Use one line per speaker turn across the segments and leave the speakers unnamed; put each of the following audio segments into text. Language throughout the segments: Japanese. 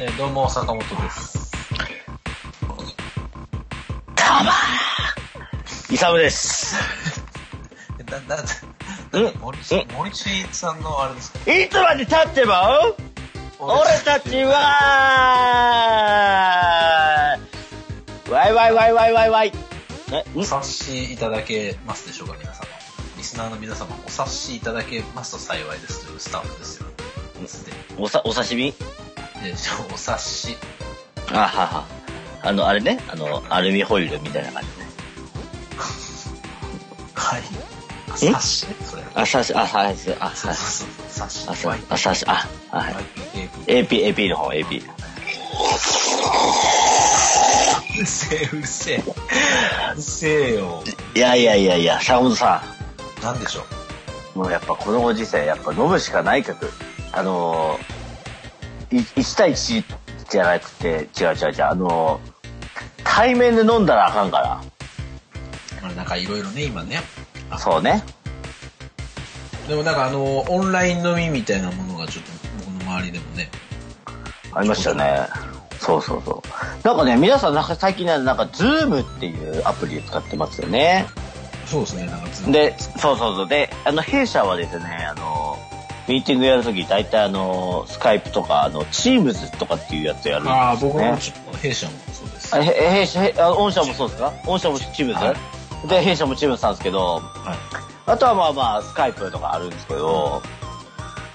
えーどうも、坂本です。
イサムです。
えだ、だ、だ、
うん
森氏、森氏さんのあれですか
いつまで経っても、俺たちは、わいわいわいわいわいわい。え、
お
ん
察しいただけますでしょうか、皆様。リスナーの皆様、お察しいただけますと幸いですというスタンプですよ。すでに。
おさ、お刺身
えーお察し。
あはは。あの、あれね、あの、アルミホイルみたいな感じね。
はい。あ察しねそれ。
あ、刺し、あ、刺し、あ、
そうそ
刺し、
うそう。察し。は
あ、
い
刺し、あ、刺し、あ、あはい。
YPAP。
AP、AP の方、AP。
うるせえ、うるせえ。うるせえよ。
いやいやいやいや、坂本さ、
なんでしょうん
もうやっぱこのご時世、やっぱ飲むしかない曲。あのー、い1対1じゃなくて、違う違う違う、あのー、対面で飲んだらあかんから。
まあなんかいろいろね、今ね。
そうね。
でもなんかあの、オンライン飲みみたいなものがちょっと僕の周りでもね。
ありましたよね。そうそうそう。なんかね、皆さん、なんか最近ね、なんか、ズームっていうアプリ使ってますよね。
そうですね、なんかずっと
で、そうそうそう。で、あの、弊社はですね、あの、ミーティングやるとき、大体あの、スカイプとか、あの、チームズとかっていうやつやるんですよ、ね。
ああ、僕のちょっと弊社もそうです。
あ
はい。
へ弊社、へあ御社もそうですか御社もチームズ、
は
で、弊社もチームズなんですけど、あとはまあまあ、スカイプとかあるんですけど、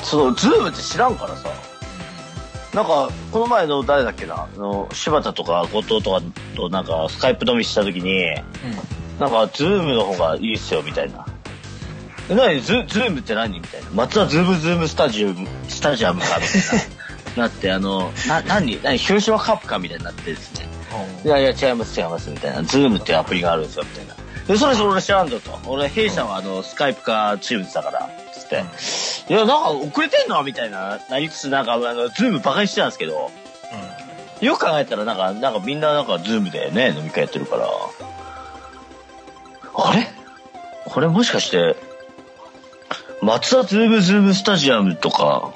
その、ズームって知らんからさ、なんか、この前の誰だっけな、あの、柴田とか後藤とかとなんか、スカイプ飲みした時に、
うん。
なんか、ズームの方がいいっすよ、みたいな。え、なに、ズズームって何みたいな。松田ズームズームスタジオ、スタジアムか、みたいな。なって、あの、な、何何広島カップか、みたいになってですね。いやいや、違います、違います、みたいな。ズームっていうアプリがあるんですよ、みたいな。で、それそれ俺知らんぞと。俺、弊社はあの、スカイプか、チームズだから、つって。いや、なんか遅れてんのみたいな、なりつつ、なんか、あの、ズームバカにしてたんですけど、よく考えたら、なんか、なんかみんななんか、ズームでね、飲み会やってるから、あれこれもしかして、松田ズームズームスタジアムとか、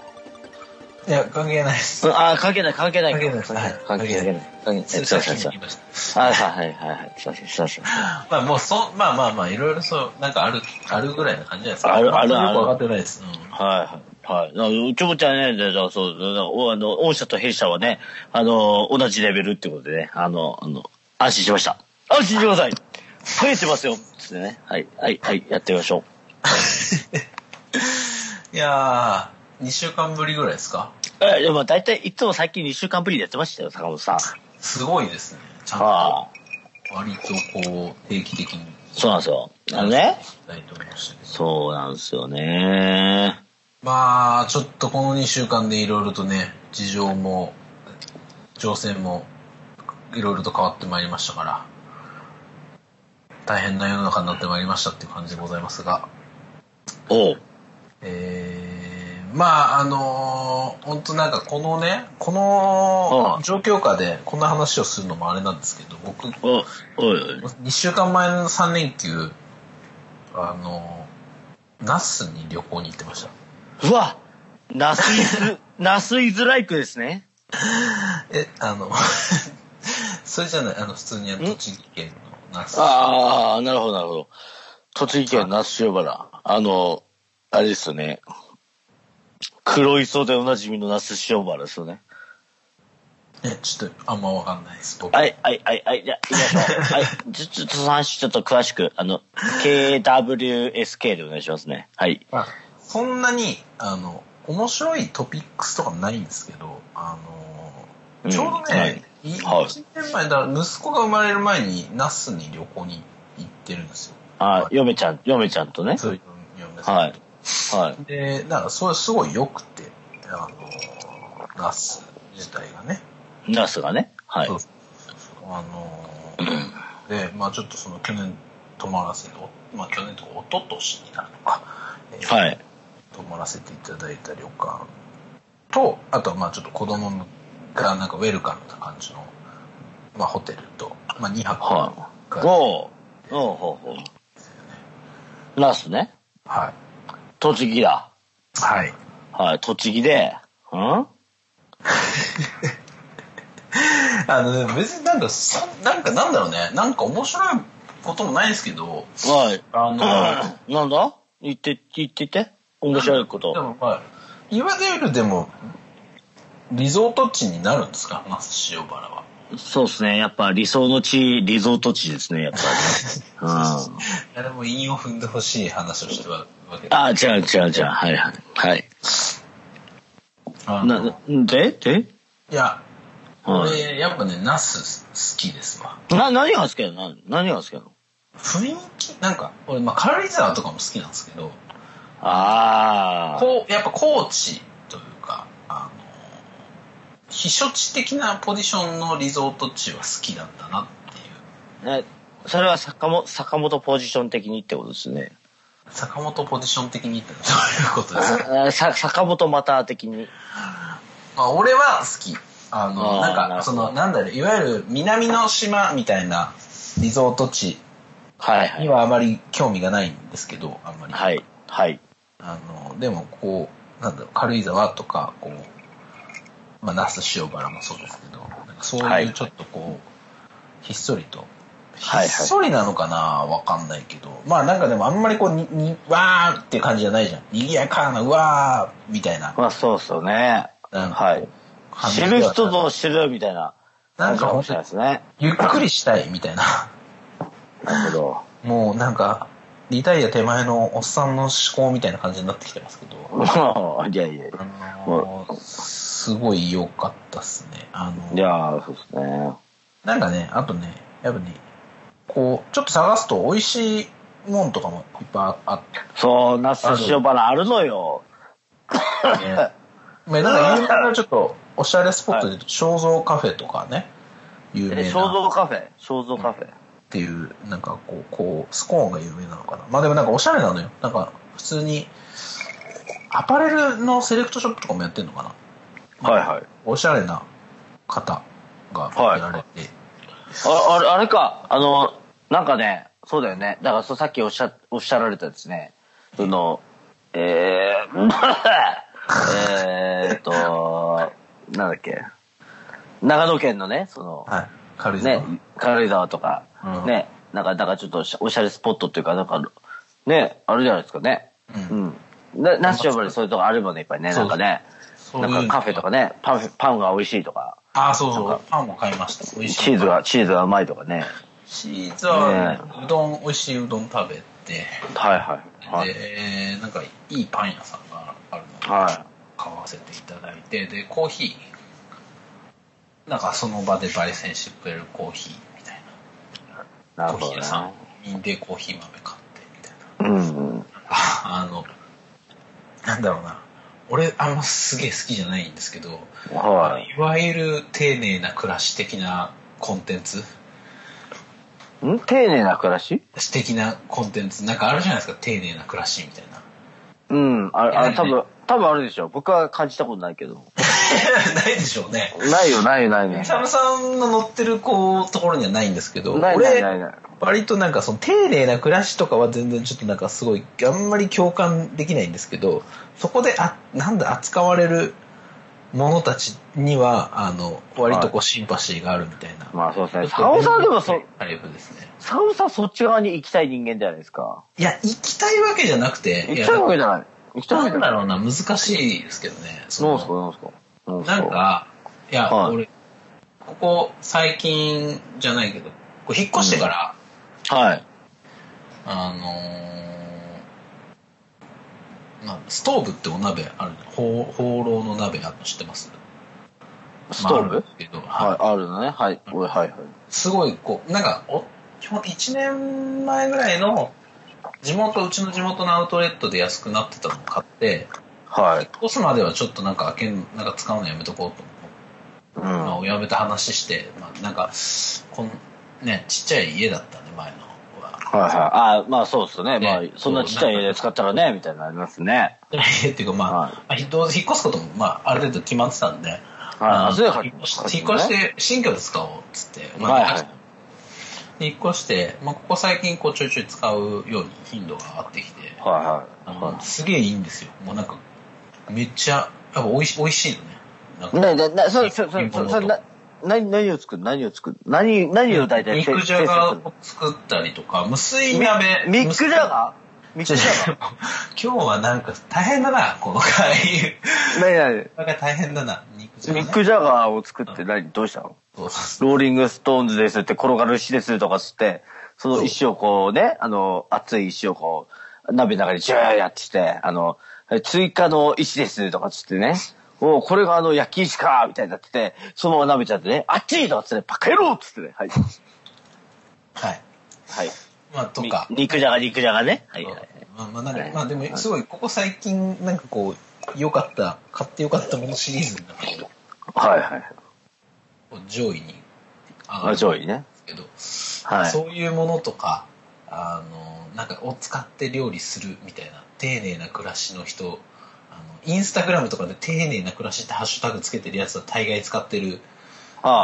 いや、関係ないです。
うんあー、関係ない、関係ない。
関係ないですはい
関係ない、関係ない。関係ない。すいません、すいません。
ました。
はいはいはいはい。すいません、すいません。
まあもうそ、まあまあまあ、いろいろそう、なんかある、あるぐらいな感じじゃないですか。
あるあるある
よくわかってないです。うん。
はいはい。はい。うちもちゃんね、だからそう、だからおあの、御社と弊社はね、あの、同じレベルってことでね、あの、あの、安心しました。安心してください増えてますよつってね。はい、はい、はい、やってみましょ
いやー、2週間ぶりぐらいですか
う。え、でも大体、いつも最近2週間ぶりでやってましたよ、坂本さん。
すごいですね。ちゃんと、
はあ、
割とこう、定期的に。
そうなんですよ。あのね。
したいと思いましたけど
そうなんですよね。
まあ、ちょっとこの2週間でいろいろとね、事情も、情勢も、いろいろと変わってまいりましたから、大変な世の中になってまいりましたっていう感じでございますが、
おう。
えー、まあ、あのー、本当なんかこのね、この
うん
状況下でこんな話をするのもあれなんですけど、僕、
お、おいおい。
2週間前の3連休、あのー、ナスに旅行に行ってました。
うわナスイズ、ナスイズライクですね。
え、あの、 それじゃない、あの、普通にあの栃木県のナス。
ああ、なるほど、なるほど。栃木県那須塩原。あの、あれですよね。黒磯でおなじみの那須塩原ですよね。
え、ちょっと、あんまわかんないです、僕。
はい、はい、はい、はい、じゃあ、行きま しょう。はい、ちょ、ちょっとその話、ちょっと詳しく、あの、KWSK でお願いしますね。はい。
まあそんなに、あの、面白いトピックスとかないんですけど、あ
う
の、
ん
ちょうどね、い
はい
1年前だから、息子が生まれる前に、ナスに旅行に行ってるんですよ。
あ、嫁ちゃん、嫁ちゃんとね。
そういう嫁さん
はい。はい。
で、だから、それすごい良くて、あの、ナス自体がね。
那須がね。はい
そ。うあのーで、まあちょっとその去年泊まらせて、おまあ去年とか一昨年になるのか、えー
はい。
泊まらせていただいた旅館と、あとはまあちょっと子供がなんかウェルカムな感じの、まあホテルと、まあ2泊
は
が、
い。
はい。
おう。おうほうほう。那須ね。
はい。
栃木だ。はい、栃木で、ん
あのね、別になんか、そんなんかなんだろうね、なんか面白いこともないですけど、
はい。
あの、
なんだ言って、言ってて。面白いこ
で
と。
もまあ、いわゆるでも、リゾート地になるんですか、那須塩原は。
そうですね。やっぱ理想の地、リゾート地ですね、や っぱり。うん。
誰も韻を踏んでほしい話をしてるわけで。
あ、違う違う違う。はいはい。はい。
あ
な、
の
なでで
いや、
はい。
俺、やっぱね、那須好きですわ。
な、何が好きなの何が好きなの
雰囲気、なんか、俺、まあ、軽井沢とかも好きなんですけど、
ああ。
こう、やっぱ高知というか、あの、避暑地的なポジションのリゾート地は好きなんだなっていう。
ねそれは坂本、坂本ポジション的にってことですね。
坂本ポジション的にってどういうことですか
あさ坂本マター的に。
まあ、俺は好き。あの、
あー
なん
な
か、
る
そ
ほど
の、なんだろう、いわゆる南の島みたいなリゾート地
はいは
に
い。
はあまり興味がないんですけど、あんまり。
はい。はい。
あの、でもこう、なんだろう、軽井沢とか、こう、まあ、那須塩原もそうですけど、なんかそう
は
いう
い
ちょっとこう、ひっそりと、
はいはい
ひっそりなのかなわかんないけど、まあなんかでもあんまりこう、に、に、わーって感じじゃないじゃん。賑やかな、うわーみたいな。
まあそうっすよね。
なんかこう
はい。
感じ
知
では
る人ぞ知るみたいな。
なんか
か
本
も
当
しれないですね。
ゆっくりしたいみたいな。
なるほど。
もうなんか、リタイア手前のおっさんの思考みたいな感じになってきてますけど。
も ういやいやいや。
あのーすごい良かったっすね。あの
いやー、そうですね。
なんかね、あとね、やっぱね、こう、ちょっと探すと美味しいもんとかもいっぱいあっ
そう、ナス塩バナあるのよ。
て、ね、まあなんか有名なちょっとおしゃれスポットで、肖像カフェとかね、有
え、
名
肖
なっ
像カフェ肖像カフェ。
ていう、なんかこう、こう、スコーンが有名なのかな。まあでもなんかおしゃれなのよ。なんか普通に、アパレルのセレクトショップとかもやってんのかな。
はいはい。
おしゃれな方がやられて、
ああれ、あれか、あの、なんかね、そうだよね。だからそうさっきおっしゃ、おっしゃられたですね。その、えー、 えーっと、なんだっけ。長野県のね、その、
はい、軽井沢。
ね、軽井沢とか、
うん
ね、なんか、だからちょっとおしゃおしゃれスポットっていうか、なんか、ね、あるじゃないですかね。
う
うん。な、ナッショバルそういうとこあるもんね、いっぱいね。
そ
な
うん
かね、
そうい
な
うん
かカフェとかね、パン、パンが美味しいとか、
ああ、そうそ
なん
う。パンも買いました。美味しい。
チーズが、チーズがうまいとかね。
チーズは、うどん、美味しいうどん食べて、
はいはい。はい。
で、なんかいいパン屋さんがあるのを
は
買わせていただいて、で、コーヒー、なんかその場で焙煎してくれるコーヒーみたい
い。な
な、
る
コ
ほ
ーヒ
ど
ー屋さ
ね。
んでコーヒー豆買ってみたいな。
うんうん。
あの、なんだろうな。俺、あんますげえ好きじゃないんですけど、
はい
わゆる丁寧な暮らし的なコンテンツ
い。ん丁寧な暮らし
素敵なコンテンツ、なんかあるじゃないですか、丁寧な暮らしみたい な。
うん。あれ、あ
い
れ
や
多
ね
分、多分あるでしょ。僕は感じたことないけど。
ないでしょうね。
ないよ、ないよ、ないね。
サムさんの乗ってるこうところにはないんですけど、
ないないないない
俺、割となんかその丁寧な暮らしとかは全然ちょっとなんかすごい、あんまり共感できないんですけど、そこで、あ、なんだ、扱われる者たちには、あの、割とこうシンパシーがあるみたいな。
まあそうですね。坂本さんでもそ、
タイプですね。
坂本さんそっち側に行きたい人間じゃないですか。
いや、行きたいわけじゃなくて、
行きたいわけじゃない。行きたいわ
な
けじゃ
ん
ない。
だろうな、難しいですけどね。そ
な
の
んすか、なんすか。なんす
なんか、いや、
はい
俺、ここ最近じゃないけど、こう引っ越してから、
はい。
あのーまあ、ストーブってお鍋あるほう放浪の鍋あるの知ってます
ス
まああ
トー
るん
ブ
ですけど、
はい
は、
あるのね。はい。おいはいはい。
い。すごい、こう、なんか、お、基本1年前ぐらいの、地元、うちの地元のアウトレットで安くなってたのを買って、
はい。
引っ越すまではちょっとなんか開けん、なんか使うのやめとこうと思って。
うん。
まあ、
は
親べた話して、まあ、なんかこん、ね、ちっちゃい家だったんで前の
い
は
はい。ああ、まあそうですね。まあ
ね、
そんなちっちゃい家で使ったらね、みたいになりますね。
家っていうかまあ、
はい
まあどうせ引っ越すことも、まあ、ある程度決まってたんで、あ
はい。
の
それは
引っ越し引っ越して新居で使おうっつって、まあ
はいはい
で引っ越して、まあ、ここ最近こうちょいちょい使うように頻度が上がってきて、
は
あのすげえいいんですよもうなんかめっちゃやっぱおいし美味しいのねなんか
いはい。ね、ね、ね、そう、そう、そう、そう、な、何、何を作る何を作る何、何を大体
肉じゃがを
が
作ったりとか、無水鍋。
ミックジャガーミッ
じ
ク
ゃ
ジャガー
今日はなんか大変だな、この回。
何何
なんか大変だな。肉じゃが、
ミ
ね
ッ。クジャガーを作って何どうしたの
そうそう
ローリングストーンズですって転がる石ですとかつって、その石をこうね、あの、熱い石をこう、鍋の中にジューやってして、あの、追加の石ですとかつってね、おうこれがあの、焼き石かみたいになってて、そのまま鍋ちゃってね、あっちいとかつってね、パカ野郎っつってね、はい。
はい。
はい。
まあ、とか。
み肉じゃが、肉じゃがね。はいはい。
まあ、まあ、なんか
はい
まあでも、すごい、ここ最近、なんかこう、良かった、買って良かったものシリーズの中で、
はいはい。
こう上位に上がる
あ
んで
上位ね。
すけど、
はい。
そういうものとか、あの、なんか、を使って料理するみたいな、丁寧な暮らしの人、あの、インスタグラムとかで丁寧な暮らしってハッシュタグつけてるやつは大概使ってる。
ああ、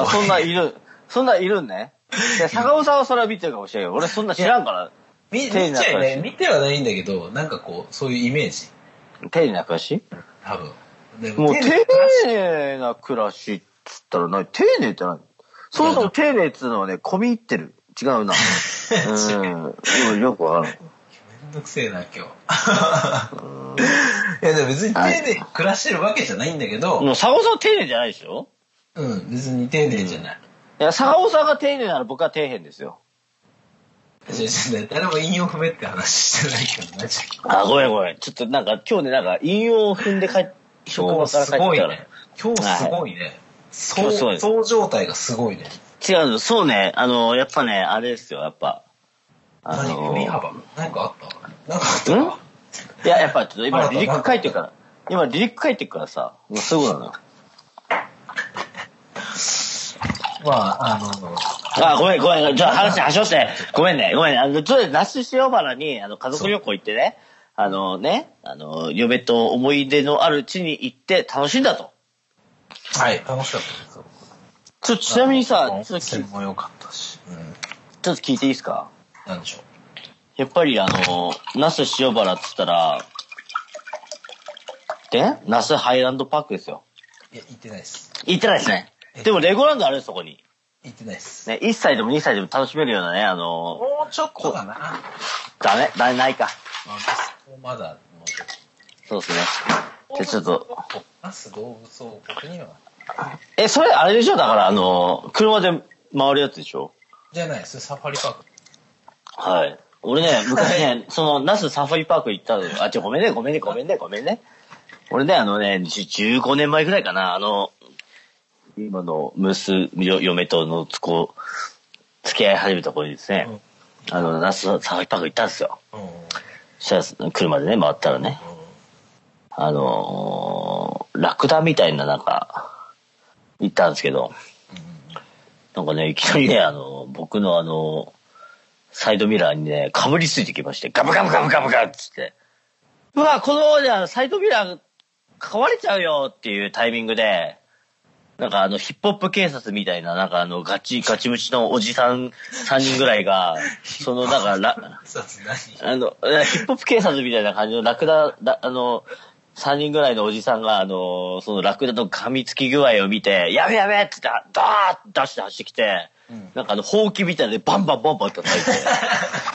あそんないる、そんないるね。いや、 坂本さんはそれは見てるかもしれんけど、俺そんな知らんから、
み見ち
丁
ゃ
寧な暮らし
いね、見てはないんだけど、なんかこう、そういうイメージ、
丁寧な暮らし
多分。で
もう
丁寧な暮らし
丁寧な暮らしっつったら何丁寧って何そもそも丁寧っつうのはね、込み入ってる。違う な。うん。よくわからん。
めんどくせえな、 今日。いや、でも別に丁寧に暮らしてるわけじゃないんだけど、
もう坂本さんは丁寧じゃないでしょ
うん、別に丁寧じゃない。
いや、坂本さんが丁寧なら僕は底辺ですよ。
違う違う誰も引用不明って話してないけどね、 ちょっ
あ、ごめんごめん。ちょっとなんか今日ね、なんか引用を踏んで帰っ、
と
職
今
場
日
から
す
帰っ
ご
て
い
た
ね。今日すごいね。
今
そう
日すごい、です
そう状態がすごいね。
から。違うの、そうね、あの、やっぱね、あれですよ、やっぱ。あ
何
の
振り幅何かあったなんかあったか
いや、やっぱちょっと今、
あ
リリック書いてるから。今、リリック書いてるからさ、もうすぐなのよ。
まあ、あの、
あ、ごめん、ごめん、ちょっと話はしょして。ごめんね、ごめんね。あの、ちょっと、那須塩原に、あの、家族旅行行ってね、あのね、あの、嫁と思い出のある地に行って楽しんだと。
はい、楽しかったです。
ちょ、ちなみにさ、ち
温
ょっとき、
泉
ち
も良かったし、うん、
ょっと聞いていいですか
なんでしょう。
やっぱりあの、那須塩原っつったら、で、那須ハイランドパークですよ。
いや、行ってないです。
行ってないですね。でも、レゴランドあるよそこに。
行ってないです。
ね、1歳でも2歳でも楽しめるようなね、あの、
もうちょっとかな。
ダメ、ダメないか。
まあ、まだ、もうちょっ
そうですね。じゃあちょっと、
と。那須動物王国には、
え、それあれでしょだから、あの、車で回るやつでしょ
じゃない、それサファリパーク。
はい。俺ね、昔ね、その、那須サファリパーク行ったのよ。あ、ちょ、ごめんね、ごめんね、ごめんね、ごめんね。俺ね、あのね、じゅ15年前ぐらいかな、あの、今の娘、よ嫁とのつこ、付き合い始めた頃にですね、あの、那須サファリパーク行ったんですよ。
うん。うん。
そしたら、車でね、回ったらね、あのーラクダみたいな、なんか、行ったんですけど、なんかね、いきなりね、あの、僕のあの、サイドミラーにね、かぶりついてきまして、ガブガブガブガブガブっつって、うわ、このままじゃサイドミラー、かわれちゃうよっていうタイミングで、なんかあの、ヒップホップ警察みたいな、なんかあの、ガチ、ガチムチのおじさん3人ぐらいが、その、なんかラ、
さす何
あの、 えヒップホップ警察みたいな感じのラクダ、ラあの、3人ぐらいのおじさんが、あの、そのラクダの噛みつき具合を見て、やべやべって言って、ドーッと出して走ってきて、
うん
なんかあの、ほうきみたいなのでバンバンバンバン叩 いて、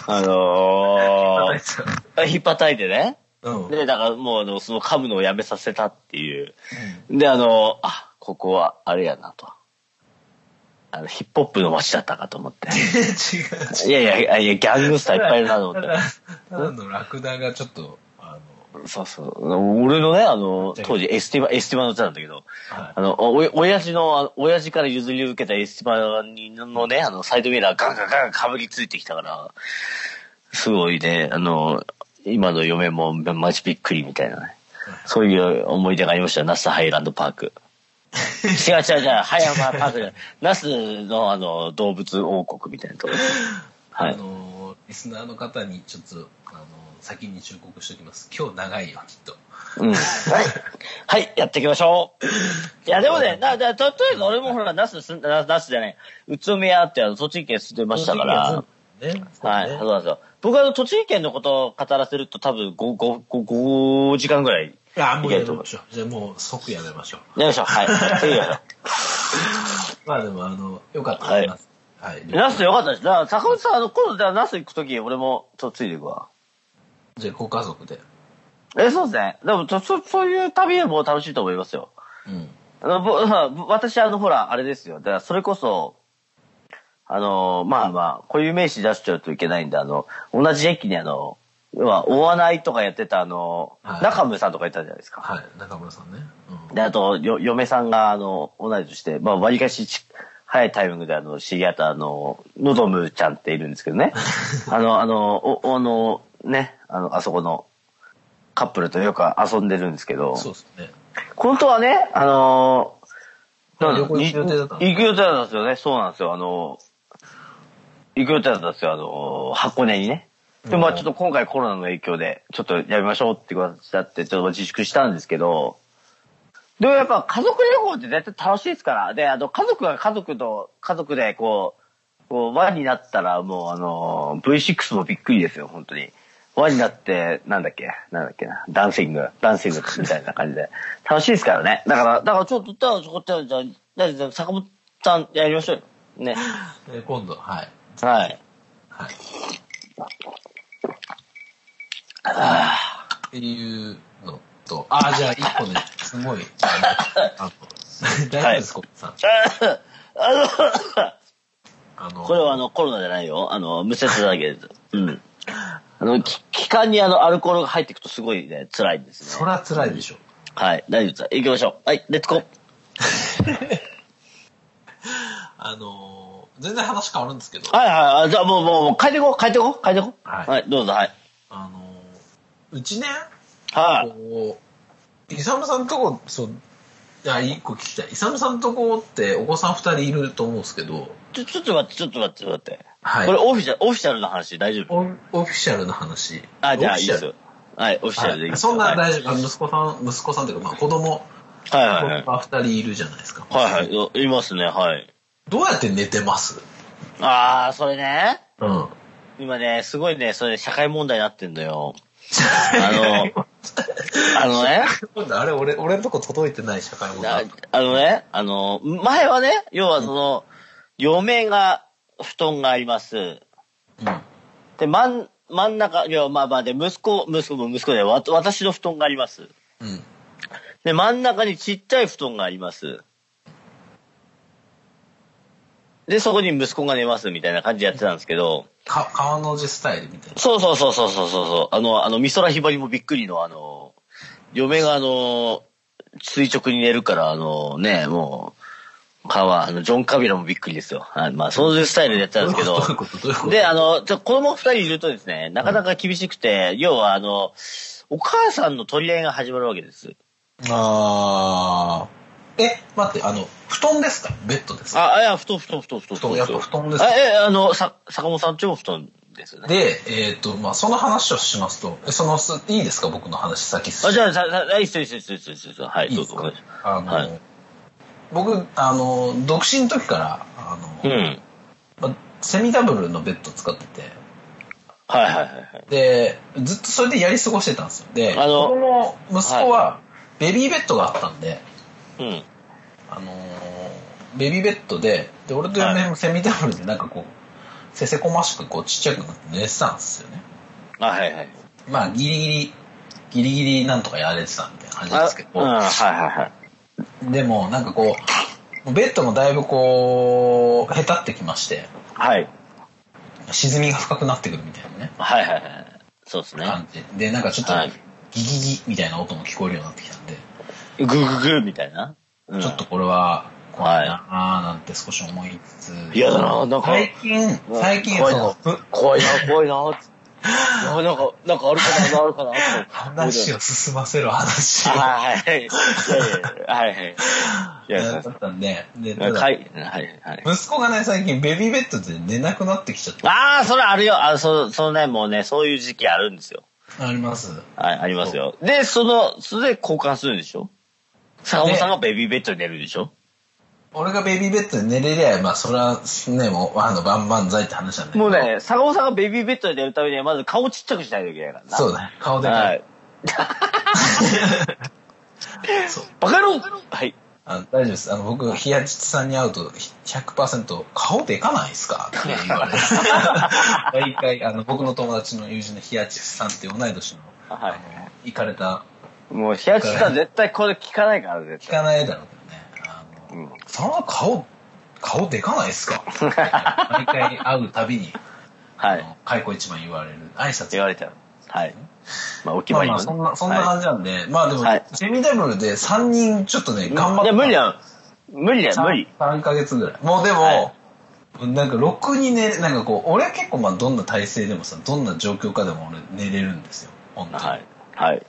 あのー、引っ叩いてね。
うん。
で、だからもうあの、その噛むのをやめさせたっていう。で、あの、あ、ここはあれやなと。あの、ヒップホップの街だったかと思 って。
違う。
いやいやいや、いや、ギャングスターいっぱいいるなと思って。
ただのラクダがちょっと、あ
そうそう。俺のね、あの、当時エスティバ、エスティバの歌なんだけど、
の、はい
あの、お、お親父の、あの親父から譲り受けたエスティバにのね、あの、サイドミラーガンガンガンかぶりついてきたから、すごいね、あの、今の嫁もマジびっくりみたいなね。そういう思い出がありました、那須ハイランドパーク。違う違う違う、ハイランドパークじゃない。那須のあの、動物王国みたいなところです。は
あ
い。
の、リスナーの方にちょっと、あの、先に忠告しておきます。今日長いよ、きっと。
うんはい。はい、やっていきましょう。いや、でもね、な、な、と、とりあえず俺もほら、ナスすん、ナナスじゃない、宇都宮ってあの、栃木県住んでましたから、
ね。
はい、そうなんですよ。僕はあの、栃木県のことを語らせると多分5、5、5、5時間ぐらい。
いや、もうやめましょう。じゃあもう即やめましょう。
やりましょう。はい。はい次行きましょ
まあでも、あの、よかったです。はい。
ナスよかったです。だから、坂本さん、あの、今度、じゃあナス行くとき、俺も、ちょっとついていくわ。
じゃあ、ご家族で。
え、そうですね。でも、ちょそ、そういう旅はもう楽しいと思いますよ。
うん。
あのぼぼ私、あの、ほら、あれですよ。だから、それこそ、あの、まあまあ、こういう名詞出しちゃうといけないんで、あの、同じ駅にあの、要は、大穴いとかやってた、あの、
はい
中村さんとかいたじゃないですか。
はい。中村さんね。うん。
で、あと、よ、嫁さんが、あの、同い年で、まあ、割かしち、早いタイミングで、あの、知り合った、あの、のどむちゃんっているんです けどね。あの、あの、お、あの、ね、あの、あそこの、カップルとよく遊んでるんですけど、
そうですね。
本当はね、あのー、
旅行行く予定だったの
行く予定だったんですよね。そうなんですよ。あのー、行く予定だったんですよ。あのー、箱根にね。で、まあ
うん
ちょっと今回コロナの影響で、ちょっとやめましょうって形だって、ちょっと自粛したんですけど、でもやっぱ家族旅行って絶対楽しいですから。で、あの、家族が家族と、家族でこう、こう、輪になったらもうあのー、V6 もびっくりですよ、本当に。輪になって、なんだっけ、なんだっけな、ダンシング、ダンシングみたいな感 じで。楽しいですからね。だから、だからちょっと、だからちょこっちじゃあ、だから坂本さんやりましょうよ。 ね。
え今度、はい。
はい。
はい。っていうのと、ああ、じゃあ一個ね、すごい、あの、あの 大丈夫です、ここさん。
あ
あの、
の、これはあの、コロナじゃないよ。あの、無節だけです。うん。あの、き気管にあの、アルコールが入っていくとすごいね、辛いんです
そ
ね。
ら辛いでしょ。
はい。大丈夫です。行きましょう。はい、レッツゴー。
あの、全然話変わるんですけど、
はいはいはい。じゃあもう、もう、もう、変えていこう、変えていこう、変えていこう。
はい
はい、どうぞ、はい。
あの、うちね、
はい。
こう、イサムさんとこ、そう、いや、一個聞きたい。イサムさんとこってお子さん二人いると思うんですけど、
ちょ、ちょっと待って、ちょっと待って、ちょっと待って。
はい
これオフィシャル、オフィシャルの話、大丈夫
オフオフィシャルの話。
あ、じゃ
オ
あ、
フ
い
ィシ
い
ャ
で
ル
すよ。はい、オフィシャルでいい
はい、
ですよ。
そんな
はい
大丈夫。息子さん、息子さんというか、まあ子供、
はいはいはい
子。供二人いるじゃないですか。
はいはい、いますね、はい。
どうやって寝てます
あー、それね。
うん。
今ね、すごいね、それ社会問題になってんだよ。あの、あのね、
あれ、俺、俺のとこ届いてない社会問
な
題。
あのね、あの、前はね、要はその、嫁が、布団があります。
うん。
で、真ん、真ん中、いや、まあまあで、息子、息子も息子で、わ私の布団があります。
うん。
で、真ん中にちっちゃい布団があります。で、そこに息子が寝ますみたいな感じでやってたんですけど、
か、川の字スタイルみたいな。
そうそうそうそうそうそうそう、あの、あの、美空ひばりもびっくりの、あの、嫁があの、垂直に寝るから、あのね、もう、顔は、あの、ジョン・カビラもびっくりですよ。あまあ、そういうスタイルでやってたんですけど、
どういうことどういうこと
で、あの、ちょ子供二人いるとですね、なかなか厳しくて、要はあの、お母さんの取り合いが始まるわけです。
あー。え、待って、あの、布団ですかベッドですか
あ、いや、布団、布団、布団、布団。
布団やっぱ布団です
あえ、あの、さ、坂本さんちも布団ですよね。
で、えっ、と、まあ、その話をしますと、えその、すいいですか僕の話先
あ、じ
ゃ
ゃあ、さ、さ、いいっすよ、いいっすよ、いいっすよいいっすよはい、
いいで
どう
す
ぞ。
か
お願いしま
あの、
はい
僕、あの、独身の時から、あ
すう
の、
ん。
まあセミダブルのベッド使ってて、
はいはいはいはい。
で、ずっとそれでやり過ごしてたんですよ。で、
あの
子供息子は、ベビーベッドがあったんで、
うん。
あのーベビーベッドで、で、俺と嫁もセミダブルでなんかこう、せせこましくこうちっちゃくなって寝てたんですよね。
あ、はいはい。
まあ、ギリギリ、ギリギリなんとかやれてたみたいな感じ
あ
ですけ
うん、は
ど、
いはいはい。
でもなんかこう、ベッドもだいぶこう、へたってきまして、
はい。
沈みが深くなってくるみたいなね、
はいはいはい。そうですね。
感じ。で、なんかちょっと
はい、
ギギギみたいな音も聞こえるようになってきたんで、
ぐぐぐみたいな。うん
ちょっと。これは怖いなあなんて少し思いつつ。
嫌だななんか
最近、最近、
怖い
そ
な
の、ふ
怖いな、怖いな。ついや なんか、なんかあるかな、あるかな。
話を進ませる話を。
はいはいはい。はいはい。い
だ
や、そう
っ
そう
たんで、で、ただ
はい、はい、はい。
息子がね、最近ベビーベッドで寝なくなってきちゃっ
ああ、それあるよ。あそ、そのね、もうね、そういう時期あるんですよ。
た。あります。
はい、ありますよ。で、その、それで交換するんでしょ坂本さんがベビーベッドに寝るでしょ
俺がベビーベッドで寝れりゃ、まあ、それはね、もう、あの、万々歳って話なんだけど
もう。ね、坂本さんがベビーベッドに寝るためには、まず顔ちっちゃくしないといけないからな。
そうだね。顔でか。
はいい。バカ野郎はい。
あの大丈夫です。あの、僕、ひやちさんに会うとひ100%、顔でかないですかって言 われる。毎回、あの、僕の友達の友人のひやちさんって同い年の、
は
行かれた、
い。もう、平地さん絶対これ聞かないから、絶
聞
対。
かないだろうけどね。あの、
うん
その顔、顔でかないですか毎回会うたびに、
は
あの
い。
開口一番言われる。挨拶
言われちゃう。はい。まあ、お決
ま
ま
あ
り
ま
の
あ
ね
そんな、そんな感じなんで、まあでも、
はい
セミダブルで3人ちょっとね、頑張って。
いや、無理だよ。無理だよ、
三
無理。
3ヶ月ぐらい。もうでも、
は
なんかろくに寝れ、なんかこう、俺結構まあどんな体勢でもさ、どんな状況下でも俺寝れるんですよ。本当に。
はい。はい。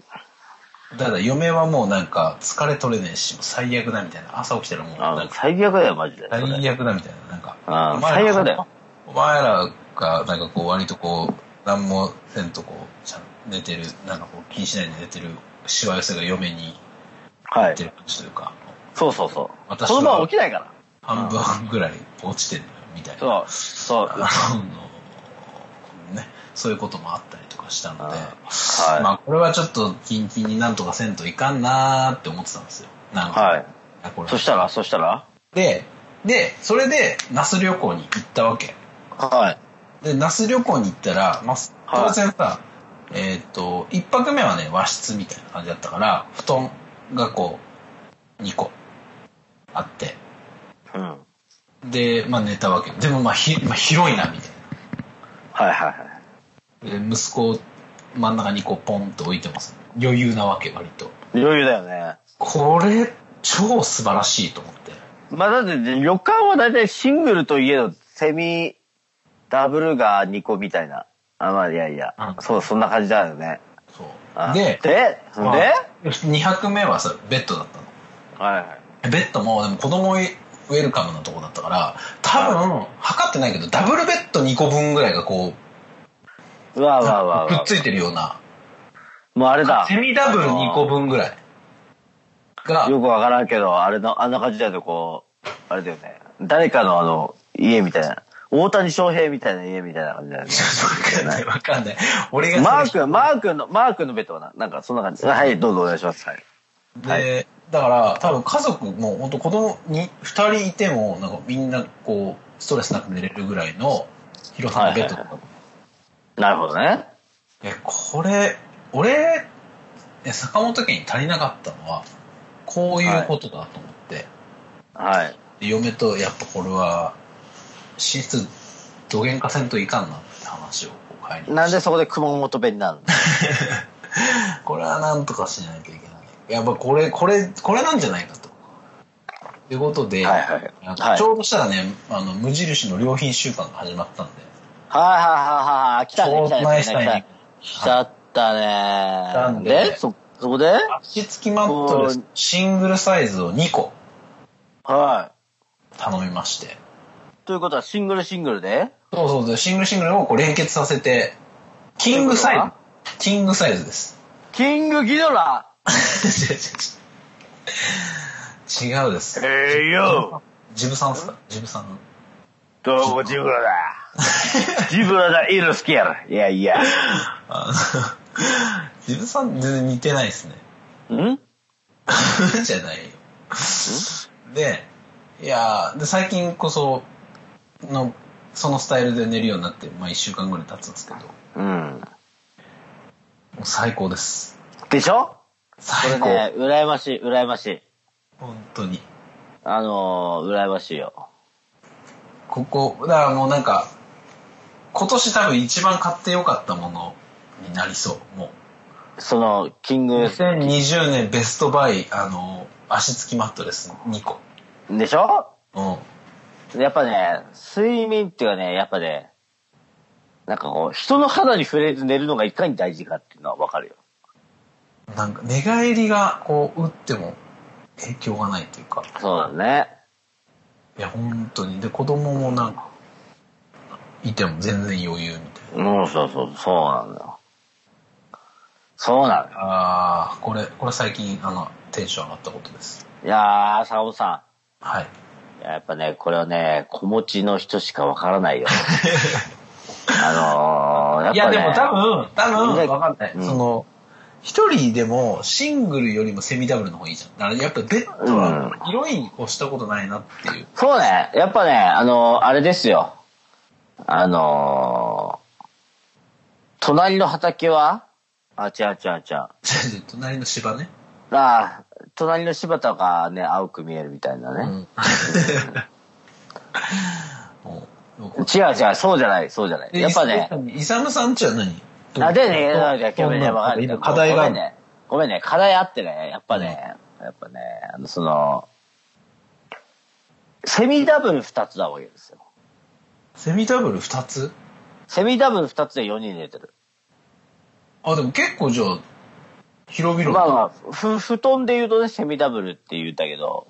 ただ嫁はもうなんか疲れ取れねえし、もう最悪だみたいな。朝起きたらもうな
あ
ん
の
か
最悪だよ、マジで。それ
最悪だみたいな。なんか、
あー
お前ら
最悪だよ。
お前らがなんかこう割とこう、なんもせんとこう、ちゃん寝てる、なんかこう気にしないで寝てるしわ寄せが嫁に
は
や
い
って。る感じというか、
そうそうそう。
私
こ
は
のまま起きないから。
半分ぐらい落ちてるのよ、みたいな。
そう、そう。
あの、ね、そういうこともあったりとかしたので、
はい
まあこれはちょっとキンキンになんとかせんといかんなーって思ってたんですよ。なんか、
はい。
あこれ
そしたら、そしたら
で、で、それで那須旅行に行ったわけ。
はい。
で、那須旅行に行ったら、まあ、
はい
当然さ、えーっ、と、一泊目はね、和室みたいな感じだったから、布団がこう、2個あって、
うん。はい
で、まあ寝たわけ。でもまあ、ひまあ、広いな、みたいな。
はいはい。
で息子を真ん中にこうポンと置いてます余裕なわけ割と
余裕だよね。
これ超素晴らしいと思って
まあだって旅館は大体シングルといえど、セミ、ダブルが2個みたいな。あ、まあいやいや
う。ん
そう、そんな感じだよね。
そう
あ
で
で、で
まあ
はい
2泊目はさベッドだったの
はい。
ベッドもでも子供ウェルカムなとこだったから多分測ってないけどダブルベッド2個分ぐらいがこ
うわ
う
うわうわう
くっ
わ。
ついてるような
もうあれだ。
セミダブル2個分ぐらいが
よくわからんけど、あれの、あんな感じだとこう、あれだよね。誰かのあの、家みたいな。大谷翔平みたいな家みたいな感じだよね。
分かんない分かん ない俺が
マー君、マー君の、マー君のベッドはな、なんかそんな感じ。はい、どうぞお願いします。はい。
で、だ
は
から多分家族も本当子供に2人いてもなんかみんなこうストレスなく寝れるぐらいの広さのベッドだったの、
なるほどね。
いやこれ俺いや坂本家に足りなかったのはこういうことだと思って、
はい。
で嫁とやっぱこれは寝室どげんかせんといかんなって話をこう帰り
なんでそこで熊本弁になるの
これはなんとかしないといけないやっぱこれこれこれなんじゃないかと。ということで、
はいはい
あの
はい
ちょうどしたらね、あの、無印の良品週間が始まったんで、
はいはいはいはい。来たね、来た
そう
ね。
前下に
来たね来た
た
ね。
んで
で、そ、そこで
足付きマットレ
お
ス
ー
シングルサイズを2個
は
頼みまして。
い。ということは、シングルシングルで
そうそうそう、シングルシングルをこう連結させて、キングサイズ。キングサイズです。
キングギドラ
違う違う違うです。
えいよ
ジブさんですかジブさん。
どうもジブラだ。 ジブラだ、イルスケル。いやいや。
あの ジブさん全然似てないですね。
ん
じゃないよ。で、いやーで、最近こそ、の、そのスタイルで寝るようになって、まあ一週間ぐらい経つんですけど、も
うん。
う最高です。
でしょこれ
最高。
ね、羨ましい、羨ましい。
本当に。
あのー、羨ましいよ。
ここ、だからもうなんか、今年多分一番買ってよかったものになりそう。も
その、キン
う。
グ、
2020年ベストバイ、あの、足つきマットレス2個。
でしょ
うん。
やっぱね、睡眠っていうかね、やっぱね、なんかこう、人の肌に触れず寝るのがいかに大事かっていうのはわかるよ。
なんか、寝返りがこう、打っても影響がないというか。
そうだね。
いや、本当に。で、子供もなんか、いても全然余裕みたい
うん、そうそう、そうなんだよ。そうなんだよ。
な。あー、これ、これ最近、あの、テンション上がったことです。
いやー、坂本さ
はい。
ん。いややっぱね、これはね、子持ちの人しかわからな いよ。あのー、やっぱね。
いや、でも多分、多分、
全然
わかんない。
うん
その、一人でもシングルよりもセミダブルの方がいいじゃん。だからやっぱベッドは広いに越したことないなって いう。
そうね。やっぱね、あの、あれですよ。あの隣の畑はあちゃあちゃあちゃ。
隣の芝ね。
ああ、隣の柴田がね、青く見えるみたいな
う
ね。
ん。 もうもう
違う違う、そうじゃない、そうじゃない。
え
やっぱね、。
イサムさんイサムさんちは何
あ、でね、なんだっけ、ごめんね、わかんない
今課題があ
ごめん
る。
ね。ごめんね、課題あってね、やっぱね、やっぱね、あの、その、セミダブル二つなわけですよ。
セミダブル2つ
セミダブル二つで4人寝てる。
あ、でも結構じゃあ、広 々。
まあまあ、ふ、布団で言うとね、セミダブルって言うんだけど、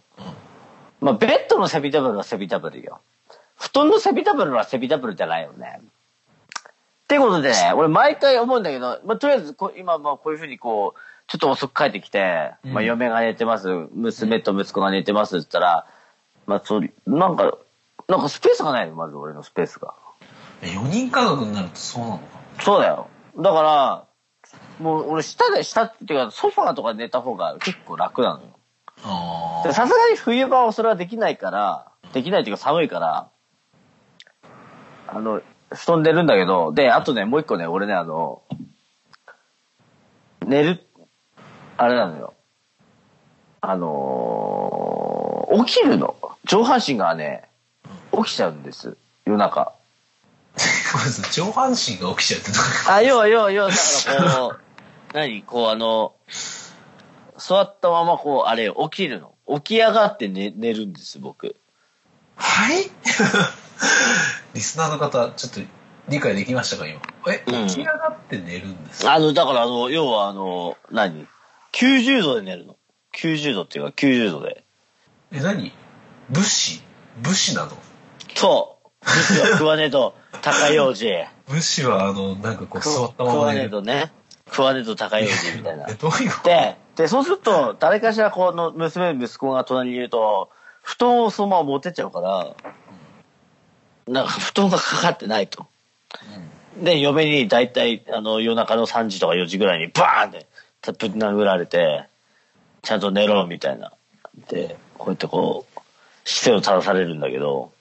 まあ、ベッドのセミダブルはセミダブルよ。布団のセミダブルはセミダブルじゃないよね。ってことでね、俺毎回思うんだけど、まあ、とりあえずこ、今、まあ、こういうふうにこう、ちょっと遅く帰ってきて、
うん
まあ、嫁が寝てます、娘と息子が寝てますって言ったら、まあ、そう、なんか、なんかスペースがないの、まず俺のスペースが。
4人家族になるとそうなのか
そうだよ。だから、もう俺下で、下っていうか、ソファーとかで寝た方が結構楽なのよ。
あ
で
あ。
さすがに冬場はそれはできないから、できないっていうか寒いから、あの、布団出るんだけど、で、あとね、もう一個ね、俺ね、あの、寝る、あれなのよ。あのー起きるの。上半身がね、起きちゃうんです。夜中。
ごめんなさい上半身が起きちゃうってどういうこと
あ、要は要は要は、だからこう、 何こうあの、座ったままこう、あれ、起きるの。起き上がって寝寝るんです、僕。
はい リスナーの方、ちょっと理解できましたか今。え、
うん
起き上がって寝るんですか
あの、だから、あの、要は、あの、何 ?90 度で寝るの。90度っていうか、90度で。
え、何武士武士なの
そう。実は食わねえと、高用事。
武士は、あの、なんかこう、
食
座ったまま
わ
寝
ねえ
る。
とね。食わねえと高用 事みたいな
え、。どういうこと
で、で、そうすると、誰かしら、この、娘、息子が隣にいると、布団をそのまま持ってっちゃうから、なんか、布団がかかってないと。で、嫁に大体、あの、夜中の3時とか4時ぐらいに、バーンって、たぶん殴られて、ちゃんと寝ろ、みたいな。で、こうやってこう、姿勢を正されるんだけど、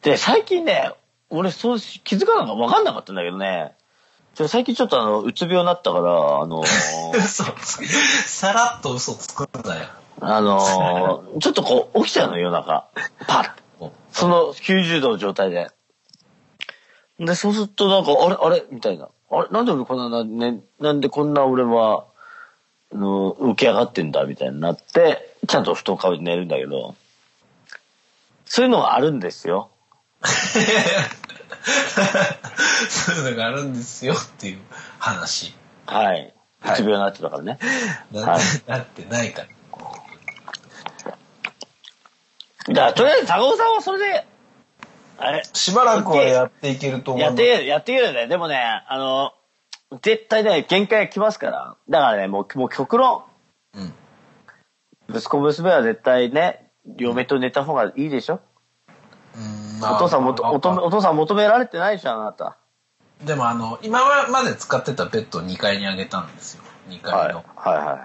で、最近ね、俺、そうし、気づかなかった、わかんなかったんだけどね、ちょ最近ちょっとあの、うつ病になったから、あ のー
嘘つく。さらっと嘘つくんだよ。
あのー、 ちょっとこう、起きちゃうの、夜中。パッ
こ
その90度の状態で。で、そうするとなんか、あれ、あれみたいな。あれ、なんで俺こんな、ね、なんでこんな俺は、あの、浮き上がってんだ、みたいになって、ちゃんと布団かぶって寝るんだけど、そういうのがあるんですよ。
うそういうのがあるんですよっていう話。
はい。うつ病になってたからね。
な,、
はい
なってないから。
だから、とりあえず、高尾さんはそれで、あれ、
しばらくはやっていけると思う。
やっていける、やっていけるよね。でもね、あの、絶対ね、限界が来ますから。だからね、もう、もう極論。
うん。
息子娘は絶対ね、嫁と寝た方がいいでしょ、
うん
お父さんもとおとめ、お父さん求められてないじゃん、あなた。
でもあの、今まで使ってたベッドを2階に上げたんですよ。2階の。
はいはい
だ
は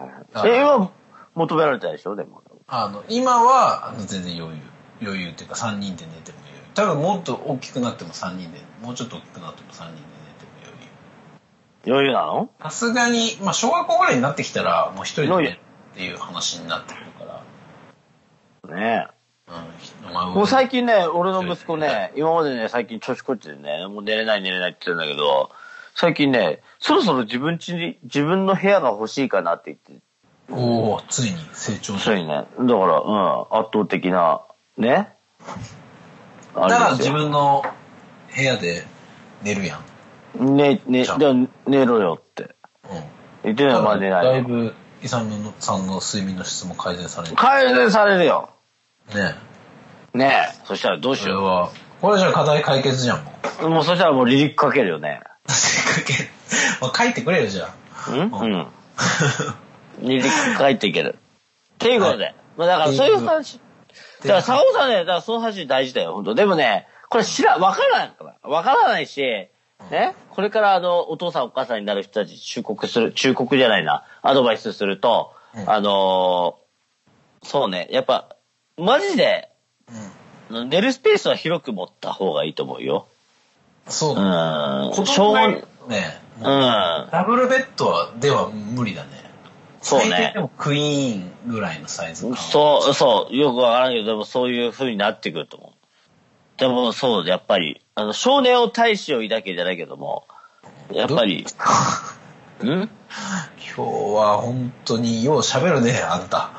か
い。
ら
え、今、求められてないでしょでも。
あの、今は、あの、全然余裕。余裕っていうか3人で寝ても余裕。多分もっと大きくなっても3人で、もうちょっと大きくなっても3人で寝ても余裕。
余裕なの
さすがに、まあ小学校ぐらいになってきたら、もう一人で寝るっていう話になってくるか
ね
ら。うん。まあ、
もう最近ね、俺の息子ね、今までね、最近調子こいててね、もう寝れない寝れないって言ってんだけど、最近ね、そろそろ自分家に、自分の部屋が欲しいかなって言って
おおついに成長
そうね。だから、うん、圧倒的な、ね。
だか
あ
ら
れで
自
すよ
分の部屋で寝るやん。
ね、ね、
じ
じ
ゃ
ゃ
ん
あ寝ろよって。
うん。
言ってないまあ寝な
だい
い。
ぶ、イサムのさんの睡眠の質も改善される。
改善されるよ。
ね
ねえ。そしたらどう
え。
し
これ
よ
は、これじゃ課題解決じゃん、もう。
う。もうそしたらもう離陸かけるよね。
せっかけ、まあ、書いてくれよ、じゃ
うん
あ。
うん。離陸かいていける。っていうことで。
はい
まあだからそういう話。だから
さ
坂本さんね、だからその話大事だよ、本当でもね、これ知ら、わからないから。わからないし、ね、これからあの、お父さんお母さんになる人たち忠告する、忠告じゃないな、アドバイスすると、
うん
あのーそうね、やっぱ、マジで、
うん。
寝るスペースは広く持った方がいいと思うよ。
そう
う
だね。
ん。
子
小
供がいるとね、
うん。
ダブルベッドはでは無理だね。
そうね
最低でもクイーンぐらいのサイズ感。
そう、そう、よくわからんけど、でもそういう風になってくると思う。でもそう、やっぱり、あの、少年を大使を抱けじゃないけども、やっぱり、んう
今日は本当によう喋るね、あんた。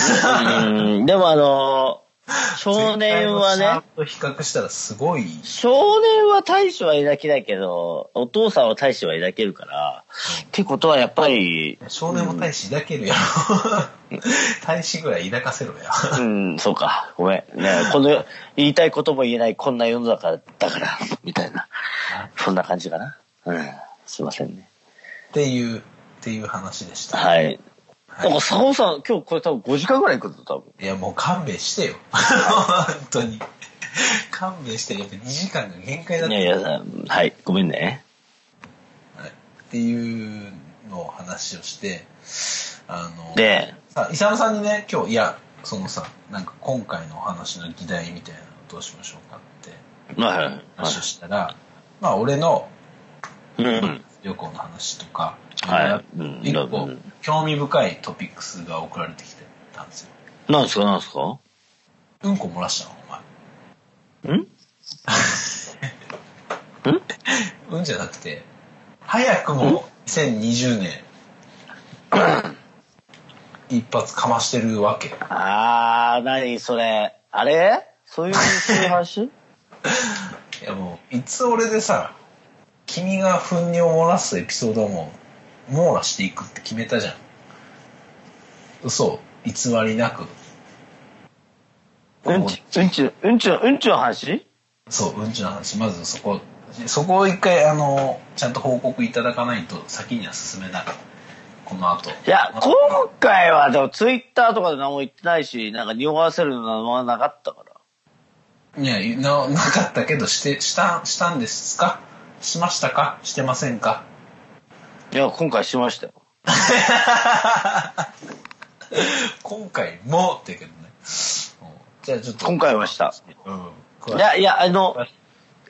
ん、でもあの、 少年は
前回のシャー
ね
プ、と比較したらすごい。
少年は大使は抱けないけど、お父さんは大使は抱けるから、ってことはやっぱり、
少年も大使抱けるやろ。大使ぐらい抱かせろや。
うん、そうか、ごめん。ね、この、言いたいことも言えない、こんな世の中だから、みたいな。そんな感じかな。うん、すいませんね。
っていう、っていう話でした。
はい。なんか、坂本さん、今日これ多分5時間ぐらい行くぞ、多分。
いや、もう勘弁してよ。本当に。勘弁してよ。2時間が限界だっ
い
た。
やいや、はい、ごめんね。
はいっていうのを話をして、あの、
で、
さ、イサムさんにね、今日、いや、そのさ、なんか今回のお話の議題みたいなのどうしましょうかって
まあ、はい
話をしたら、まあ俺の
うん。
旅行の話とか、
はい
ろ
うん
いろ一
う
個
ん
興味深いトピックスが送られてきてたんですよ。
なんですか、なんですか
うんこ漏らしたのお前。
んん
うんじゃなくて、早くも2020年、一発かましてるわけ。
あー、なにそれ。あれそういう、そういう話
いやもう、いつ俺でさ、君が糞尿を漏らすエピソードはもう、網羅していくって決めたじゃん。嘘、偽りなく。
うんち、うんち、うんちの、うんちの話
そう、うんちの話、まずそこ、そこを一回、あの、ちゃんと報告いただかないと先には進めない。この後。
いや、今回は、でも、ツイッターとかで何も言ってないし、なんか、匂わせるのはなかったから。
いや、な、なかったけど、して、した、したんですかしましたかしてません か
いや、今回しましたよ。
今回もって言うけどね。うんじゃあちょっと。
今回はした。
うん。
いや、いや、あの、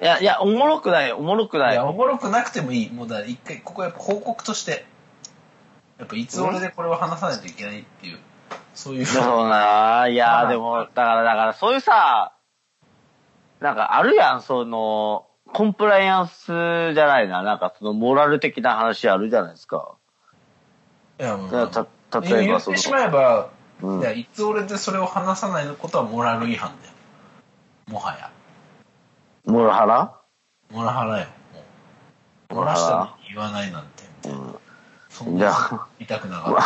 いや、いや、おもろくない、おもろくないい。
や、おもろくなくてもいい。もうだ、一回、ここはやっぱ報告として、やっぱいつ俺でこれを話さないといけないっていう、そういう。
そうなぁ。いや
まあ
ーでも、だから、だから、そういうさ、なんかあるやん、その、コンプライアンスじゃないな、なんかそのモラル的な話あるじゃないですか。
いや、も
だ
う
からた例え
言
ば
っ
その
てしまえば、
うん
いや、いつ俺でそれを話さないことはモラル違反だよ。もはや。
モラハラ
モラハラよ。もう漏らしたのに言わないなんて。そん
いや
な、痛くなかっ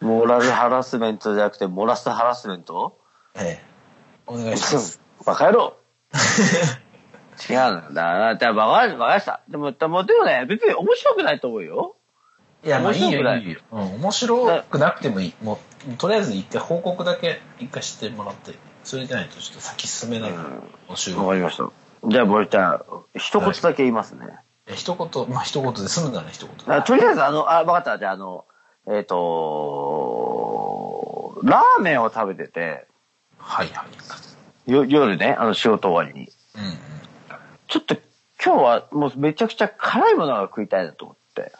た。
モラルハラスメントじゃなくて、モラスハラスメン ト
ええ。お願いします。
バカ野 郎違うのよだから、バカ、バカでした。でも、でもでもね、別に面白くないと思うよ。
いや、まあいい
面白くな
よ、
い
いいよ。うん、面白くなくてもいい。もう、もうとりあえず一回報告だけ、一回してもらって、それじゃないとちょっと先進めないから、お収
わ
録。
かりました。じゃあ、僕、じゃあ、一言だけ言いますね。
いや一言、まあ一言で済むなら一言。
あとりあえず、あの、あ、わかった。じゃあ、あの、えっ、とラーメンを食べてて、
はいはい。
よ夜ね、あの、仕事終わりに。
うんうん。
ちょっと、今日はもうめちゃくちゃ辛いものが食いたいなと思って。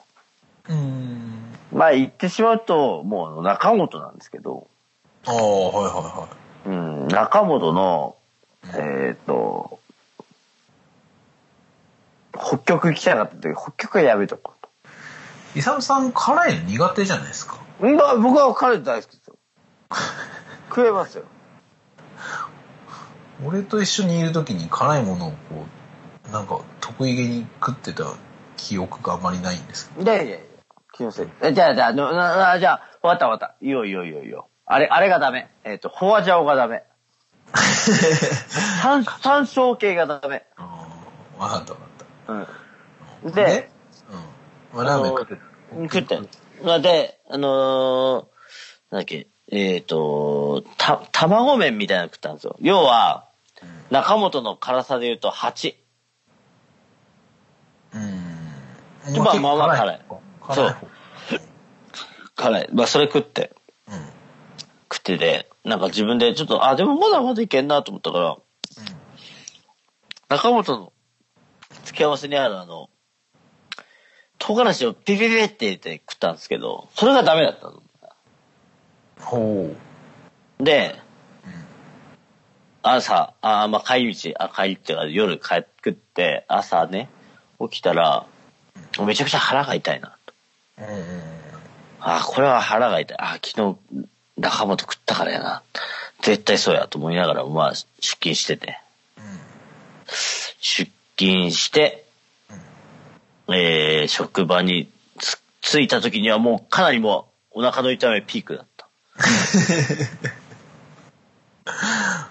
うーん。
まあ、言ってしまうと、もう中本なんですけど、
ああ、はいは
うん、中本の、えっ、と、北極行きたかった時、北極はやめとこう
いはい。イサムさん、辛いの苦手じゃないですか。
と。うん、まあ僕は彼大好きですよ。食えますよ。
俺と一緒にいる時に辛いものをこう、なんか得意げに食ってた記憶があまりないんですけど。
いやいやいや、気のせい。えじゃあ、じゃあ、のななじゃあ、わかったわかった。いいよいいよいいよいいよ。あれ、あれがダメ。えっ、と、ホワジャオがダメ。酸、酸性系がダメ。
ああ、わかったわかっ
うん。
た。
で、、
うん。まあ、ラーメン食って
うん食ったよ。まあで、あのー、なんだっけ、えっ、と、た、卵麺みたいなの食ったんですよ。要は、中本の辛さで言うと8。
うん。
でまあまあまあ辛
辛い。
いそ
辛
う
い方。
辛い。まあ、それ食って、
うん。うん。
食ってで、なんか自分でちょっと、あ、でもまだまだいけんなと思ったから、中本の付け合わせにあるあの、唐辛子をピピピって入れて食ったんですけど、それがダメだったの。
ほう。
で、朝、あまあ、帰り道、あ、帰りっていうか夜帰って食って、朝ね、起きたら、めちゃくちゃ腹が痛いな。
うんうんうん。
あこれは腹が痛い。あ昨日、中本食ったからやな。絶対そうやと思いながら、まあ、出勤してて。出勤して、えー、職場につ着いた時にはもうかなりもうお腹の痛みピークだった。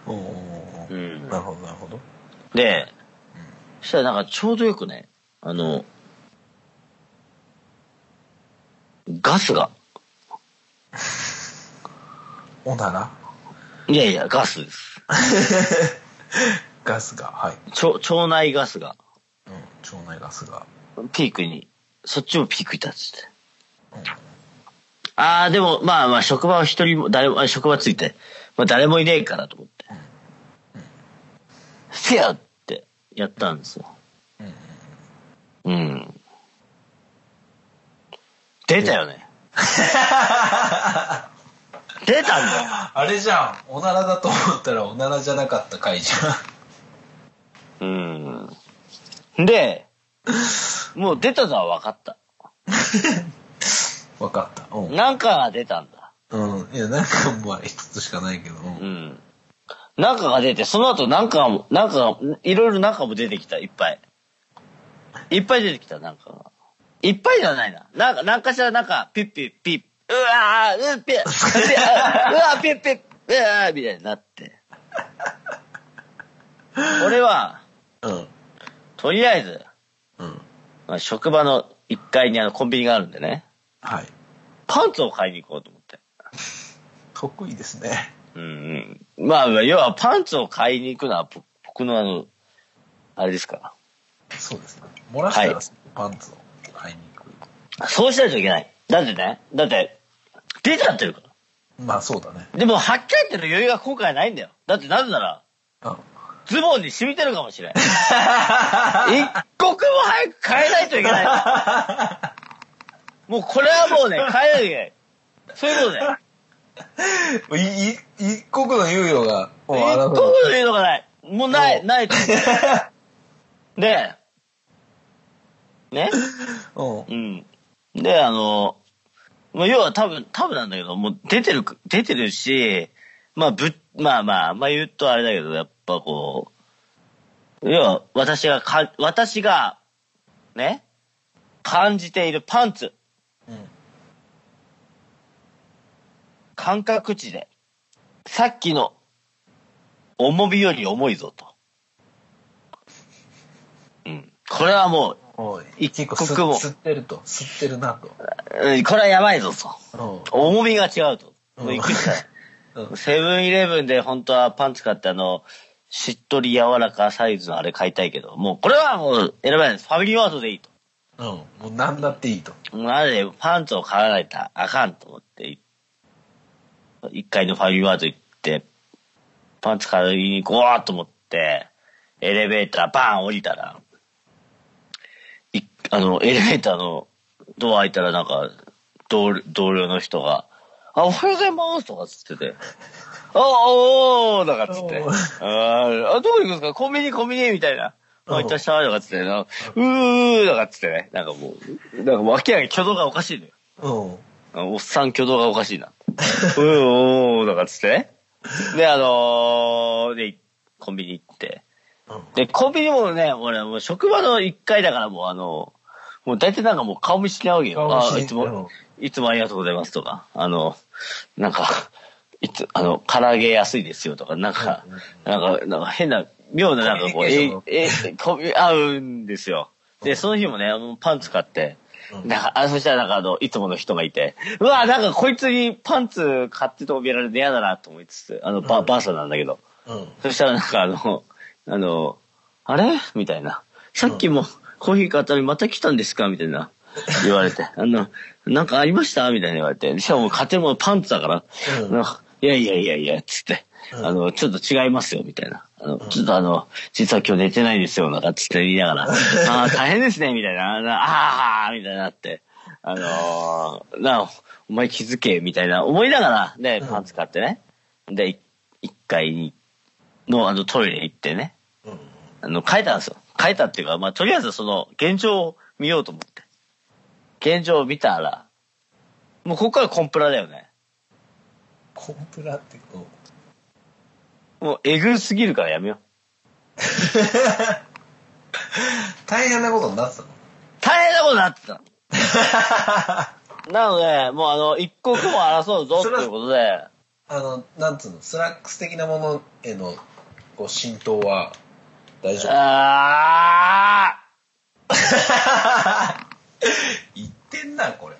おお
う。ん
なるほど、なるほど。
で、そしたらなんかちょうどよくね、あの、ガスが、
おなら
いやいや、ガスです。
ガスが、はい。
ちょ腸内ガスが、
うん。腸内ガスが。
ピークに、そっちもピークに立ってて。
うん。
ああ、でも、まあまあ、職場は一人も、誰も、あ職場ついて、まあ誰もいねえからと思って。せやってやったんですよ。
うん
うん。出たよね。出たんだよ。
あれじゃん。おならだと思ったらおならじゃなかった回じ
うん。で、もう出たのは分かっ た。
ゃん。わかった。うん。
なんかが出たんだ。
うん。いや、なんかまあ一つしかないけど。うん
うん。なんかが出て、その後なんかも、なんかが、いろいろなんかも出てきた、いっぱい。いっぱい出てきた、なんかが。いっぱいじゃないな。なんか、なんかしらなんか、ピッピッピッ、うわー、うん、ピッ、うわー、ピッピッ、うわー、みたいになって。俺は、
うん。
とりあえず、
うん。
まあ、職場の1階にあのコンビニがあるんでね、
はい。
パンツを買いに行こうと思って。
得意ですね。
うんうん。まあ、要はパンツを買いに行くのは僕僕のあの、あれですか
そうですね。漏らした
は
ら
い
パンツを買いに行く。
ら。そうしないといけない。だってね、だって、出ちゃってるから。
まあそうだね。
でも、はっきり言ってる余裕が今回ないんだよ。だってなぜなら、
うん。
ズボンに染みてるかもしれん。一刻も早く変えないといけない。もうこれはもうね、変えないといけない。そういうことだよ。
いい一国の猶予が、もうあ
一
ら
刻も言うのがない。もうない、ないと思う。で、ね。
うん。
うん。で、あの、まあ、要は多分、多分なんだけど、もう出てるく、出てるし、まあ、ぶ、まあまあ、あんま言うとあれだけど、やっぱこう、要は、私がか、私が、ね、感じているパンツ、
うん。
感覚値で、さっきの、重みより重いぞと。うん。これはも
おい
一刻も
結構吸吸ってると。吸ってるなと。
う、うんこれはやばいぞと。
うん。
重みが違うと。もう
うん
いくしかない。
うん
セブンイレブンで本当はパンツ買ってあの、しっとり柔らかサイズのあれ買いたいけど、もうこれはもう選べないです。ファミリーワードでいいと。
うん。もう何だっていいと。
なのでパンツを買わないとあかんと思って、一回のファミリーワード行って、パンツ買いに行こうと思って、エレベーターバーン降りたら、いあの、エレベーターのドア開いたらなんか、同同僚の人が、あ、おはようございますとかつってて、あ、おーとかつって、
お
あ、あどこ行くんですかコンビニコンビニみたいな。
うん
あ、いたっしゃいとかつってね、なんかうーとかつってね、なんかもう、なんかもう明らかに挙動がおかしいのよ。
うん。
あおっさん挙動がおかしいな。うん、おー、とかつってね。で、あのー、で、コンビニ行って。
うん。
で、コンビニもね、俺、もう職場の1階だからもうあの、もう大体なんかもう顔見知りなわけよ。
顔見知
あ
り
いつも、いつもありがとうございますとか、あの、なんか、いつ、あの、唐揚げ安いですよとか、なんか
うんうん、
なんか、なんか変な、妙ななんかこう、
コミュニケーション
え、え、コミュ合うんですよ。で、その日もね、あのパンツ買って、
うん
なんか、あ、そしたらなんかあの、いつもの人がいて、うわ、なんかこいつにパンツ買ってとこ見られて嫌だなと思いつつ、あの、ば、ばあさんなんだけど、
うん。
そしたらなんかあの、あの、あれみたいな。さっきも、コーヒー買ったのにまた来たんですかみたいな。言われて。あの、なんかありましたみたいに言われて。しかも買ってるものパンツだから。
うん
あの いやいやいやいや、つって。
うん
あの、ちょっと違いますよ、みたいな。あの、ちょっとあの、実は今日寝てないんですよ、なんか、つって言いながら。ああ、大変ですね、みたいな。あのあー、みたいになって。あのーなあ、お前気づけ、みたいな思いながら、ね
う、ん
パンツ買ってね。で、い一階のあのトイレ行ってね。
うん
あの、書いたんですよ。書いたっていうか、まあ、とりあえずその、現状を見ようと思って。現状を見たら、もうここからコンプラだよね。
コンプラってこ
もう、えぐすぎるからやめよう。
う大変なことになってたの
大変なことになってた の。なので、もうあの、一刻も争うぞっていうことで、
あのなんつうのスラックス的なものへのこう浸透は大丈夫
あ
言ってんなこれ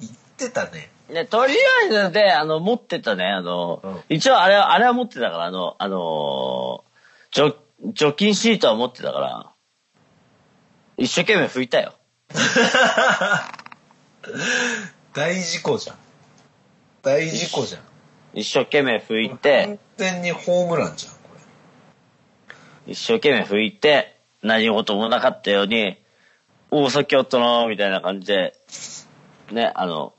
言ってたね
ーね、とりあえずで、あの、持ってたね、あの、
うん
一応あれは、あれは持ってたから、あの、あのー除、除菌シートは持ってたから、一生懸命拭いたよ。
大事故じゃん大事故じゃん
一生懸命拭い
完
て、
全にホームランじゃんこれ
一生懸命拭いて、何事もなかったように、お酒おったなーみたいな感じで、ね、あの、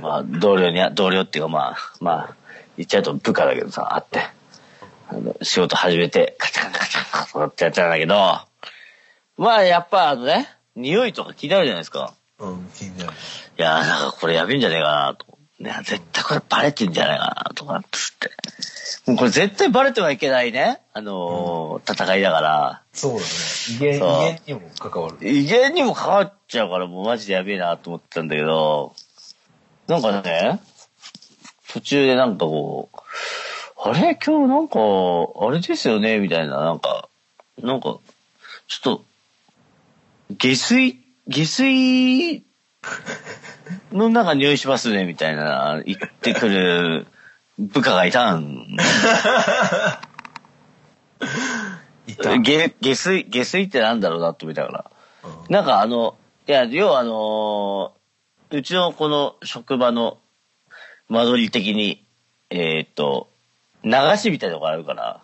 まあ、同僚に、同僚っていうかまあ、まあ、言っちゃうと部下だけどさ、あって、あの仕事始めて、カチャンカチャンカチャンってやってたんだけど、まあ、やっぱあのね、匂いとか気になるじゃないですか。
うん気になる
いやー、なんかこれやべえんじゃねえかなと。ね、絶対これバレてんじゃないかなとか、つって。もうこれ絶対バレてはいけないね、あのー戦いだから、
そうだね威厳
そう
威厳にも関わる
威厳にもかかっちゃうからもうマジでやべえなと思ってたんだけど、なんかね、途中でなんかこう、あれ今日なんか、あれですよねみたいな、なんか、なんか、ちょっと、下水、下水の中匂いしますねみたいな、言ってくる部下がいたん
いた、うん
下下水、下水ってなんだろうなって見たから。なんかあの、いや、要はあのーうちのこの職場の間取り的に、えーっと、流しみたいなのがあるから、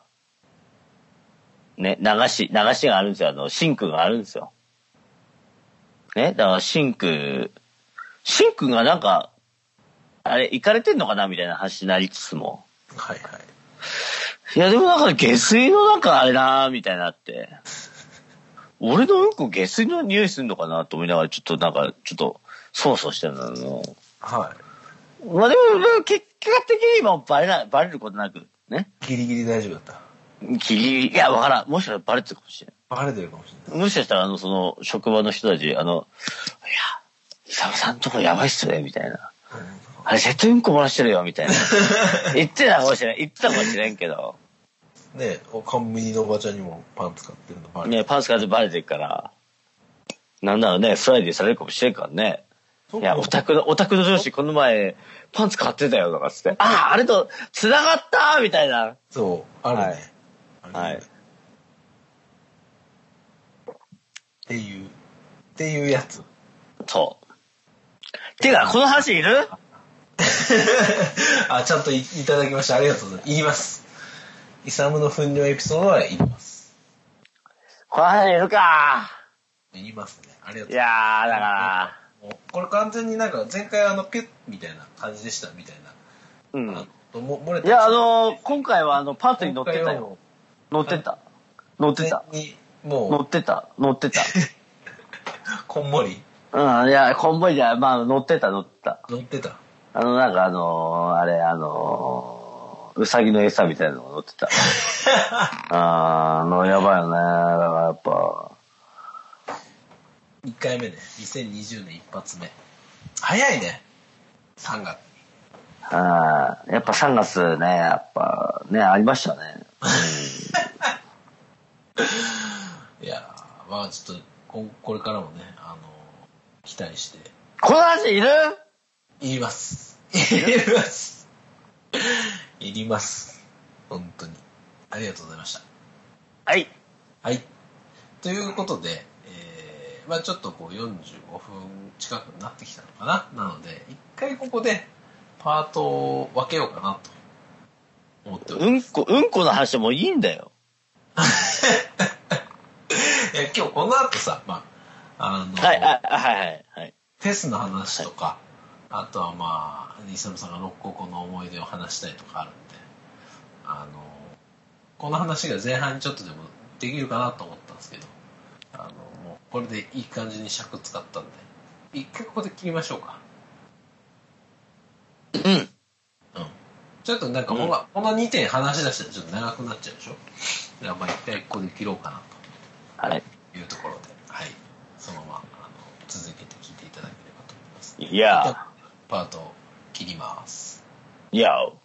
ね、流し、流しがあるんですよ。あの、シンクがあるんですよ。ね、だからシンク、シンクがなんか、あれ、行かれてんのかなみたいな話になりつつも。
はいはい
いや、でもなんか下水のなんかあれなーみたいになって。俺のうんこ下水の匂いするのかなと思いながら、ちょっとなんか、ちょっと、そうそうしてるの。
は
まあでも、結果的に今バレない、バレることなく、ね。
いギリギリ大丈夫だった
ギリギリ、いや、わからん。もしかしたらバレてるかもしれ
バレてるかもしれ
ない。もしかしたら、あの、その、職場の人たち、あの、いや、伊沢さんとこやばいっすね、みたいな。
ない、うん
あれ、絶対うんこ漏らしてるよ、みたいな。言ってたかもしれない。言ってたかもしれんけど。
ねおコンビニのおばちゃんにもパン使ってるのバレてる
ね、パンスカーズバレてるから、なんならね、フライデーされるかもしれんからね。いや、オタクの、オタクの上司この前、パンツ買ってたよとかっつって、ああ、あれと繋がったみたいな。
そうあるね、あるね
はい
っていうっていうやつ
そう。てか、この話いる
あちゃんといいただきましたありがとうございます言いますイサムの糞尿エピソードは言います
この話いるか。
言いますねありがと
いう
ござい
やー、だか
ま
ら、
すもうこれ完全になんか前回あのピュッみたいな感じでしたみたいな、
うん。
とも漏れて
いや、あのー今回はあの、パンツに乗ってたよ。乗ってた。乗って
全
た。
にもう
乗ってた。乗ってた。
こんもり
うん、いや、コンボイじゃない、まあ、乗ってた、乗ってた。
乗ってた。
あの、なんかあのーあれ、あのーうさぎの餌みたいなのが乗 ってた。あーあの、やばいよね。だからやっぱ、
1回目ね。2020年一発目。早いね。3月。
あーやっぱ3月ね、やっぱ、ね、ありましたね。
いやー、まあちょっと、ここれからもね、あのー期待して、
この話いる
言います。言い ます。言います。本当に。ありがとうございました。
はい。
はい。ということで、えまあちょっとこう45分近くになってきたのかな。なので、一回ここでパートを分けようかなと思っており
うんこ、うんこの話はもういいんだよ。
ます。いや今日この後さ、まあ、あの、
はい、あ、あはい、はい、はい。
フェスの話とか、あとはまあ、西野さんが六高校の思い出を話したりとかあるんで、あの、この話が前半にちょっとでもできるかなと思ったんですけど、あの、もうこれでいい感じに尺使ったんで、一回ここで切りましょうか。
うん。
うん。ちょっとなんかこの、この2点話し出したらちょっと長くなっちゃうでしょだからまあ一回ここで切ろうかな
はい。
というところで、はい。そのまま、あの、続けて聞いていただければと思います。
いや
パートを切ります。
ー。いやー。